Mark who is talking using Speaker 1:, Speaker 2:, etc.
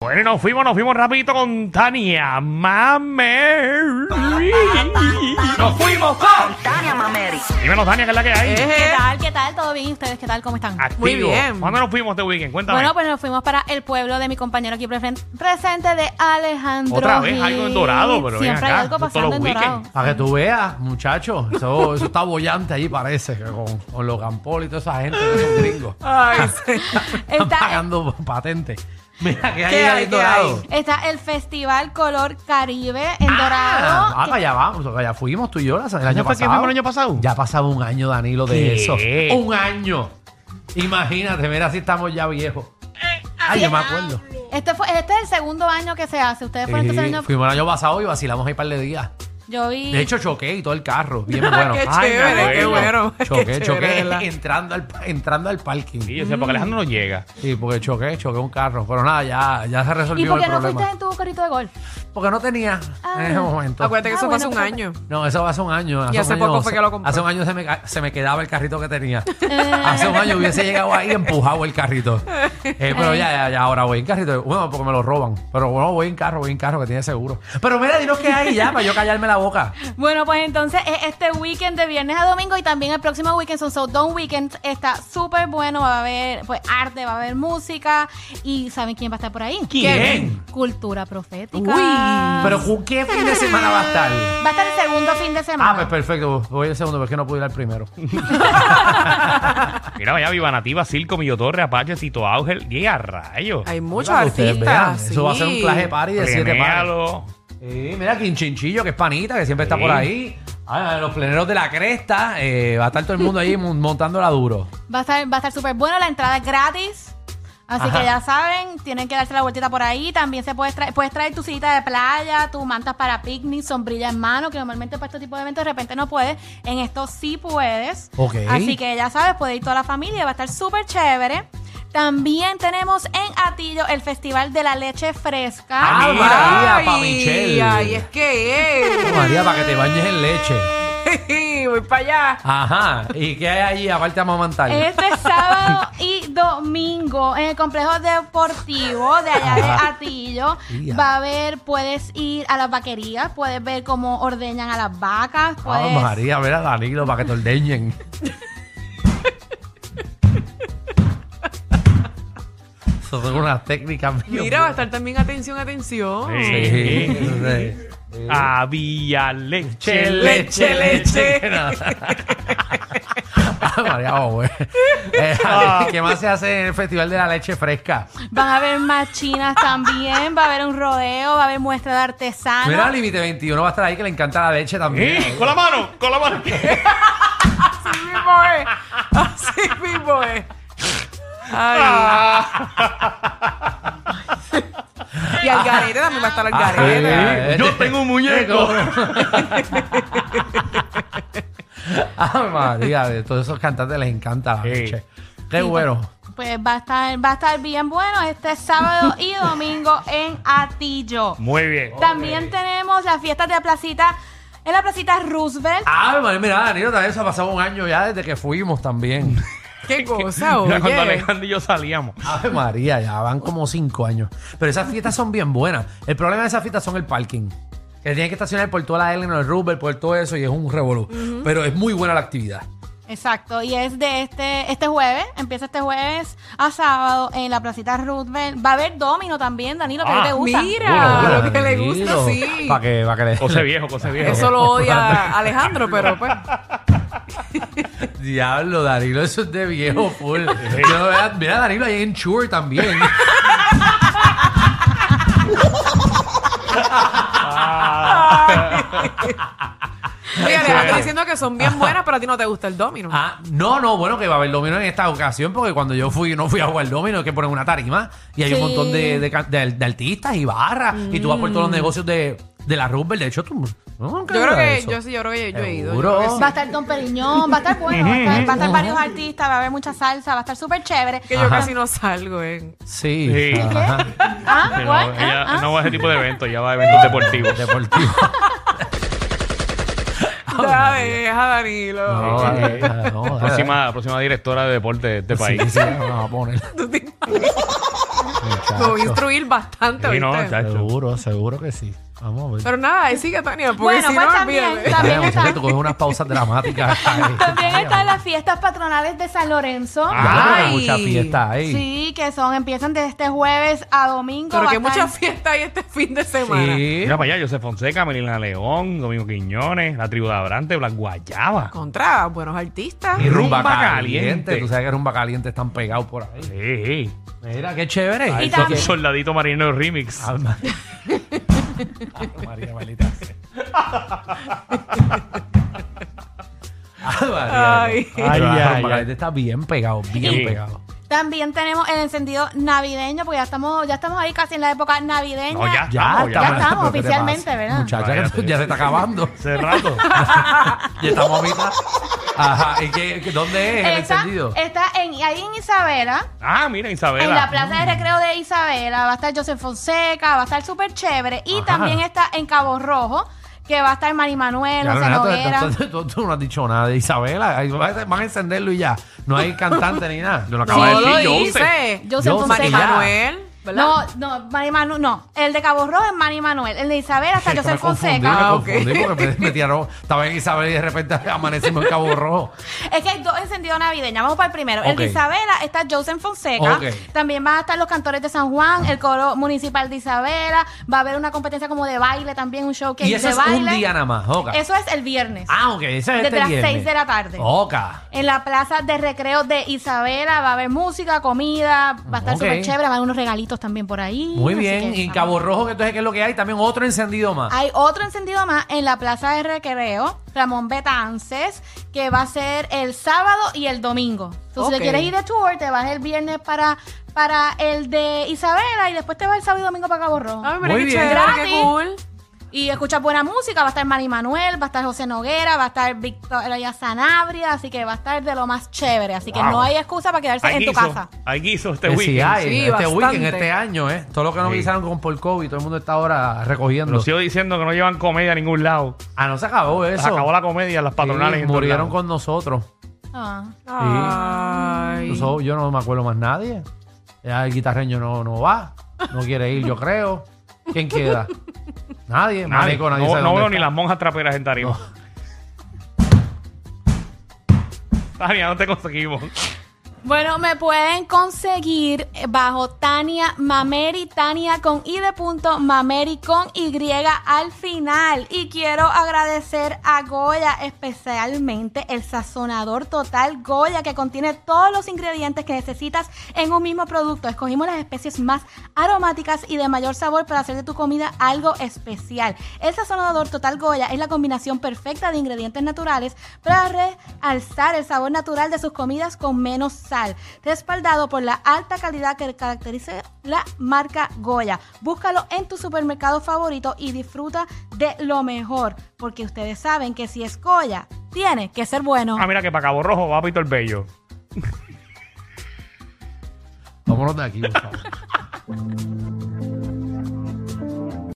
Speaker 1: Bueno, y nos fuimos, nos fuimos rapidito con Tania Mameri. Nos fuimos con...
Speaker 2: Tania Mameri.
Speaker 1: Dímelo, Tania, que es la que hay.
Speaker 3: Eh.
Speaker 4: ¿Qué tal? ¿Qué tal? ¿Todo bien? ¿Y ustedes qué tal? ¿Cómo están?
Speaker 1: Activo.
Speaker 3: Muy bien.
Speaker 1: ¿Cuándo nos fuimos este weekend? Cuéntame.
Speaker 4: Bueno, pues nos fuimos para el pueblo de mi compañero aquí presen- presente de Alejandro.
Speaker 1: Otra vez algo en Dorado, pero ven
Speaker 4: Siempre hay
Speaker 1: acá,
Speaker 4: algo
Speaker 1: todos
Speaker 4: pasando
Speaker 1: los
Speaker 4: en Dorado.
Speaker 1: weekends.
Speaker 5: Para que tú veas, muchachos, eso, eso está bollante allí parece, que con, con los Gampol y toda esa gente, todos esos gringos.
Speaker 3: Ay, sí.
Speaker 5: Están
Speaker 4: Está-
Speaker 5: pagando patente. Mira, que hay
Speaker 3: ¿Qué
Speaker 5: ahí
Speaker 3: hay,
Speaker 5: en
Speaker 3: qué
Speaker 5: dorado.
Speaker 4: Está el Festival Color Caribe en
Speaker 5: Ah,
Speaker 4: Dorado.
Speaker 5: para allá vamos, para allá fuimos tú y yo la- el año
Speaker 1: fue que
Speaker 5: pasado.
Speaker 1: fuimos el año pasado?
Speaker 5: Ya pasaba un año, Danilo, de
Speaker 1: ¿Qué?
Speaker 5: eso. Un año. Imagínate, mira si estamos ya viejos.
Speaker 3: Ah,
Speaker 5: Ay, yo me acuerdo.
Speaker 4: Este, fue, este es el segundo año que se hace. Ustedes fueron entonces
Speaker 5: Sí,
Speaker 4: el año-
Speaker 5: fuimos el año pasado y vacilamos ahí un par de días.
Speaker 4: Yo vi.
Speaker 5: De hecho, choqué y todo el carro. Bien bueno.
Speaker 3: Ah,
Speaker 1: Ay,
Speaker 3: qué
Speaker 1: me
Speaker 3: chévere, qué
Speaker 1: acuerdo.
Speaker 3: bueno.
Speaker 5: choqué,
Speaker 3: qué
Speaker 5: choqué.
Speaker 3: chévere, ¿verdad?
Speaker 5: Entrando al, entrando al parking.
Speaker 1: Sí, yo sé, porque Alejandro no llega.
Speaker 5: Sí, porque choqué, choqué un carro. Pero nada, ya, ya se
Speaker 4: ¿Y
Speaker 5: resolvió
Speaker 4: por
Speaker 5: el
Speaker 4: qué no fuiste
Speaker 5: problema.
Speaker 4: en tu carrito de golf?
Speaker 5: Porque no tenía en ese
Speaker 4: Ah.
Speaker 5: momento.
Speaker 3: Acuérdate que
Speaker 4: Ah,
Speaker 3: eso fue hace un
Speaker 4: bueno,
Speaker 3: año.
Speaker 5: No, eso hace un año. Hace
Speaker 3: Y hace
Speaker 5: un año-
Speaker 3: poco fue que lo compró.
Speaker 5: Hace un año se me, ca- se me quedaba el carrito que tenía.
Speaker 4: Eh, Ah.
Speaker 5: hace un año hubiese llegado ahí y empujado el carrito. Eh, pero ya, ya, ya, ahora voy en carrito. Bueno, porque me lo roban. Pero bueno, voy en carro, voy en carro que tiene seguro. Pero mira, dinos qué hay ya para yo callarme la boca.
Speaker 4: Bueno, pues entonces es este weekend de viernes a domingo y también el próximo weekend, son Southdown Weekend, está súper bueno, va a haber pues, arte, va a haber música y ¿saben quién va a estar por ahí?
Speaker 5: ¿Quién?
Speaker 4: Cultura profética. Ah.
Speaker 5: Uy, pero ¿con ¿qué fin de semana va a estar?
Speaker 4: Va a estar el segundo fin de
Speaker 5: Ah,
Speaker 4: semana.
Speaker 5: pues perfecto. Voy el segundo porque no pude ir al primero.
Speaker 1: Mira, vaya, Viva Nativa, Circo, Millo Torre, Apache, Tito Ángel, y a rayos.
Speaker 3: Hay muchos
Speaker 5: Para que ustedes vean,
Speaker 3: artistas.
Speaker 5: Eso va a ser un
Speaker 3: sí.
Speaker 5: clase party de siete pares.
Speaker 1: Renéalo.
Speaker 5: Sí, mira, Quinchinchillo, que es panita, que siempre está
Speaker 1: Sí.
Speaker 5: por ahí. Ah, los pleneros de la cresta. eh, va a estar todo el mundo ahí mon- montándola duro.
Speaker 4: Va a estar, va a estar súper bueno, la entrada es gratis. Así
Speaker 5: Ajá.
Speaker 4: que ya saben, tienen que darse la vueltita por ahí. También se puede traer, puedes traer tu sillita de playa, tus mantas para picnic, sombrilla en mano, que normalmente para este tipo de eventos de repente no puedes. En esto sí puedes.
Speaker 5: Ok.
Speaker 4: Así que ya sabes, puede ir toda la familia, va a estar súper chévere. También tenemos en Atillo el Festival de la Leche Fresca.
Speaker 5: Ah, María,
Speaker 3: Ay,
Speaker 5: pa' Michelle.
Speaker 3: Ay, es que
Speaker 5: María, para que te bañes en leche.
Speaker 3: es. Voy para allá.
Speaker 5: Ajá. ¿Y qué hay allí? Aparte, amamantar.
Speaker 4: Este sábado y domingo en el complejo deportivo de allá de Atillo
Speaker 5: Ya.
Speaker 4: va a haber, puedes ir a las vaquerías, puedes ver cómo ordeñan a las vacas,
Speaker 5: Ah,
Speaker 4: puedes...
Speaker 3: pues,
Speaker 5: María, ver a Danilo para que te ordeñen. Eso son unas técnicas mías.
Speaker 3: Mira, va a estar también atención, atención.
Speaker 1: Sí.
Speaker 5: Sí, sí.
Speaker 1: Había leche,
Speaker 3: leche, leche.
Speaker 5: Ah, María, vamos, güey. Eh, ¿Qué más se hace en el Festival de la Leche Fresca?
Speaker 4: Van a haber más chinas también, va a haber un rodeo, va a haber muestra de artesanos.
Speaker 5: Mira, Límite 21 va a estar ahí que le encanta la leche también.
Speaker 1: Sí, ¿Eh? Con la mano, con la mano.
Speaker 3: Así mismo es. Así mismo es. Ay.
Speaker 1: Ah,
Speaker 3: Y al garete también va a estar al
Speaker 5: Ah,
Speaker 3: garete.
Speaker 5: eh,
Speaker 1: Yo
Speaker 5: eh,
Speaker 1: tengo un muñeco.
Speaker 5: Ah, María, de todos esos cantantes les encanta la
Speaker 1: Sí.
Speaker 5: leche. Qué bueno.
Speaker 4: Pues va a estar, va a estar bien bueno este sábado y domingo en Atillo.
Speaker 1: Muy bien.
Speaker 4: También tenemos las fiestas de la placita, en la placita Roosevelt.
Speaker 5: Ah, María, mira, Danilo, también eso ha pasado un año ya desde que fuimos también.
Speaker 3: Qué cosa,
Speaker 1: Mira, cuando
Speaker 3: oye.
Speaker 1: Alejandro y yo salíamos.
Speaker 5: Ave María, ya van como cinco años. Pero esas fiestas son bien buenas. El problema de esas fiestas son el parking. Que tienen que estacionar por toda la Eleanor Roosevelt, por todo eso, y es un revolú. Pero es muy buena la actividad.
Speaker 4: Exacto, y es de este este jueves, empieza este jueves a sábado en la placita Roosevelt. Va a haber domino también, Danilo, que
Speaker 1: Ah,
Speaker 4: te gusta.
Speaker 3: Mira, lo que le gusta, sí.
Speaker 5: Para que, pa' que le...
Speaker 1: José viejo, José viejo.
Speaker 3: Eso lo odia Alejandro, pero pues.
Speaker 5: Diablo, Danilo, eso es de viejo full. Yo, vea- mira, Danilo, ahí en Shure también.
Speaker 1: Ah,
Speaker 3: Oye, Alejandro diciendo que son bien buenas, pero a ti no te gusta el domino.
Speaker 5: Ah, no, no, bueno, que va a haber domino en esta ocasión, porque cuando yo fui, no fui a jugar domino, hay que ponen una tarima y hay un
Speaker 4: Sí.
Speaker 5: montón de, de ca- de- de artistas y barras, y tú vas por todos los negocios de, de la Rubber. De hecho, tú.
Speaker 3: Mm. Yo creo que, yo sí, yo creo que yo he ido. yo creo que
Speaker 5: Seguro.
Speaker 4: Va a estar Don Periñón, va a estar bueno, va a estar, va a estar varios artistas, va a haber mucha salsa, va a estar súper chévere.
Speaker 3: Que yo
Speaker 5: Ajá.
Speaker 3: casi no salgo, eh.
Speaker 5: Sí.
Speaker 1: Sí. ¿Qué?
Speaker 5: Ajá.
Speaker 4: Ah,
Speaker 1: Sí, no,
Speaker 4: ¿cuál?
Speaker 1: ella
Speaker 4: Ah, ah.
Speaker 1: no va a ese tipo de eventos, ya va a eventos deportivos.
Speaker 5: Deportivo.
Speaker 3: Ya deja, Danilo.
Speaker 5: Ah, No, dale, dale, no, dale.
Speaker 1: próxima, próxima directora de deporte de este país.
Speaker 5: Sí, sí, no, vamos a poner.
Speaker 3: Tú te- Me voy a instruir bastante.
Speaker 1: Sí, no,
Speaker 3: ¿oíste?
Speaker 1: chacho.
Speaker 5: Seguro, seguro que sí. Vamos a ver.
Speaker 3: Pero nada, ahí sigue Tania. Porque
Speaker 4: Bueno,
Speaker 3: si
Speaker 4: pues
Speaker 3: no,
Speaker 4: también,
Speaker 3: olvídate.
Speaker 4: también
Speaker 5: Mira,
Speaker 4: está-
Speaker 5: muchachos, tú coges unas pausas dramáticas. Ay,
Speaker 4: También
Speaker 5: Dios
Speaker 4: están
Speaker 5: mío.
Speaker 4: las fiestas patronales de San Lorenzo.
Speaker 1: Ah,
Speaker 5: Ya,
Speaker 3: Ay.
Speaker 5: mucha fiesta ahí.
Speaker 4: Sí, que son, empiezan desde este jueves a domingo.
Speaker 3: Pero
Speaker 4: va
Speaker 3: que
Speaker 4: a estar-
Speaker 3: mucha fiesta hay este fin de semana.
Speaker 5: Sí.
Speaker 1: Mira para allá, José Fonseca, Melina León, Domingo Quiñones, la tribu de Abrante, Black Guayaba.
Speaker 3: Contra buenos artistas.
Speaker 5: Y rumba,
Speaker 1: Rumba
Speaker 5: caliente.
Speaker 1: caliente.
Speaker 5: Tú sabes que rumba caliente están pegados por ahí.
Speaker 1: Sí.
Speaker 5: Mira, qué chévere.
Speaker 4: Y
Speaker 1: Ay,
Speaker 4: también-
Speaker 1: son soldadito marinero remix.
Speaker 5: Ay, ma- Ay, Ah, María, maldita sea. Ay, María,
Speaker 3: Ay.
Speaker 5: no. Pero
Speaker 1: Ay,
Speaker 5: la
Speaker 1: ay,
Speaker 5: rumba
Speaker 1: ay.
Speaker 5: caliente está bien pegado, bien
Speaker 1: Sí.
Speaker 5: pegado.
Speaker 4: Ah, También tenemos el encendido navideño, porque ya estamos, ya estamos ahí casi en la época navideña.
Speaker 1: No, ya.
Speaker 5: Ya,
Speaker 1: Estamos, ya.
Speaker 5: estamos,
Speaker 4: pues, Ya estamos
Speaker 5: ¿qué te
Speaker 4: oficialmente,
Speaker 5: pasa?
Speaker 4: ¿verdad?
Speaker 5: Muchacha, que
Speaker 1: Cállate.
Speaker 5: esto ya se está acabando.
Speaker 1: Hace rato.
Speaker 5: Ya estamos a mitad. Ajá, ¿y qué, qué- dónde es el
Speaker 4: Está,
Speaker 5: encendido?
Speaker 4: está en, ahí en Isabela,
Speaker 1: Ah, mira, Isabela.
Speaker 4: en la plaza de recreo de Isabela, va a estar Joseph Fonseca, va a estar súper chévere. Y
Speaker 5: Ajá.
Speaker 4: también está en Cabo Rojo, que va a estar Mari Manuel,
Speaker 5: Ya,
Speaker 4: José
Speaker 5: Renato,
Speaker 4: Noguera.
Speaker 5: tú, tú- tú no has dicho nada de Isabela. Ay, Van a encenderlo y ya. No hay cantante ni nada. Yo lo acabo de
Speaker 1: No,
Speaker 3: Todo
Speaker 5: decir.
Speaker 1: decir,
Speaker 3: lo
Speaker 1: Joseph.
Speaker 3: hice.
Speaker 4: Joseph
Speaker 5: Joseph
Speaker 3: Manny
Speaker 5: y
Speaker 4: Fonseca.
Speaker 5: ya.
Speaker 3: Eh, Manuel, ¿verdad?
Speaker 4: No, no, Manny Manuel, no. El de Cabo Rojo es Manny Manuel. El de Isabela está
Speaker 5: Es que
Speaker 4: Joseph
Speaker 5: me confundí,
Speaker 4: Fonseca.
Speaker 5: me
Speaker 3: Ah, ok.
Speaker 5: confundí porque me, me tiraron. Estaba en Isabela y de repente amanecimos en Cabo Rojo.
Speaker 4: Es que hay dos encendidos navideños. Vamos para el primero. El de
Speaker 5: Ok.
Speaker 4: Isabela está Joseph Fonseca.
Speaker 5: Ok.
Speaker 4: También van a estar los cantores de San Juan, el coro municipal de Isabela. Va a haber una competencia como de baile también, un showcase
Speaker 5: y eso
Speaker 4: de
Speaker 5: es
Speaker 4: baile.
Speaker 5: un día nada más. Oca.
Speaker 4: Eso es el viernes.
Speaker 5: ah, ok. Eso es
Speaker 4: Desde
Speaker 5: este
Speaker 4: las
Speaker 5: viernes.
Speaker 4: seis de la tarde.
Speaker 5: Oca.
Speaker 4: En la plaza de recreo de Isabela va a haber música, comida, va a estar
Speaker 5: Ok.
Speaker 4: súper chévere, van a haber unos regalitos también por ahí.
Speaker 5: Muy
Speaker 4: así
Speaker 5: bien.
Speaker 4: que Ah,
Speaker 5: Y en
Speaker 4: estamos-
Speaker 5: Cabo Rojo, que entonces, ¿qué es lo que hay? También otro encendido más.
Speaker 4: Hay otro encendido más en la plaza de recreo, Ramón Betances, que va a ser el sábado y el domingo. Entonces, si
Speaker 3: Ok.
Speaker 4: te quieres ir de tour, te vas el viernes para, para el de Isabela y después te vas el sábado y domingo para Cabo Rojo.
Speaker 3: Ay, mira
Speaker 5: Muy
Speaker 3: qué
Speaker 5: bien.
Speaker 3: chévere, qué
Speaker 4: Gratis.
Speaker 3: cool.
Speaker 4: Y escuchas buena música, va a estar Mari Manuel, va a estar José Noguera, va a estar Victoria Sanabria, así que va a estar de lo más chévere. Así que
Speaker 1: Wow.
Speaker 4: no hay excusa para quedarse
Speaker 1: Hay
Speaker 4: en tu
Speaker 1: guiso,
Speaker 4: casa.
Speaker 1: Hay guiso este
Speaker 5: Que sí
Speaker 1: weekend.
Speaker 5: hay,
Speaker 3: Sí,
Speaker 5: este
Speaker 3: bastante.
Speaker 5: weekend, este año, ¿eh? Todo lo que nos
Speaker 1: Sí.
Speaker 5: avisaron con por COVID, todo el mundo está ahora recogiendo.
Speaker 1: Lo sigo diciendo que no llevan comedia a ningún lado.
Speaker 5: Ah, no se acabó eso.
Speaker 1: Se acabó la comedia, en las patronales.
Speaker 5: Sí,
Speaker 1: en todos
Speaker 5: murieron
Speaker 1: lados.
Speaker 5: con nosotros.
Speaker 4: Ah.
Speaker 3: Ay.
Speaker 5: Nosotros- yo no me acuerdo más nadie. Ya el guitarreño no, no va. No quiere ir, yo creo. ¿Quién queda?
Speaker 1: Nadie.
Speaker 5: Nadie. Maneco, nadie
Speaker 1: no
Speaker 5: sabe
Speaker 1: no
Speaker 5: dónde
Speaker 1: veo ni
Speaker 5: está.
Speaker 1: las monjas traperas en tarima. Tania, no te conseguimos.
Speaker 4: Bueno, me pueden conseguir bajo Tania Mameri, Tania con I de punto, Mameri con Y al final. Y quiero agradecer a Goya, especialmente el sazonador total Goya, que contiene todos los ingredientes que necesitas en un mismo producto. Escogimos las especies más aromáticas y de mayor sabor para hacer de tu comida algo especial. El sazonador total Goya es la combinación perfecta de ingredientes naturales para realzar el sabor natural de sus comidas con menos sal, respaldado por la alta calidad que caracteriza la marca Goya. Búscalo en tu supermercado favorito y disfruta de lo mejor, porque ustedes saben que si es Goya, tiene que ser bueno.
Speaker 1: Ah, mira que para Cabo Rojo va Pito el Bello.
Speaker 5: Vámonos de aquí, por favor.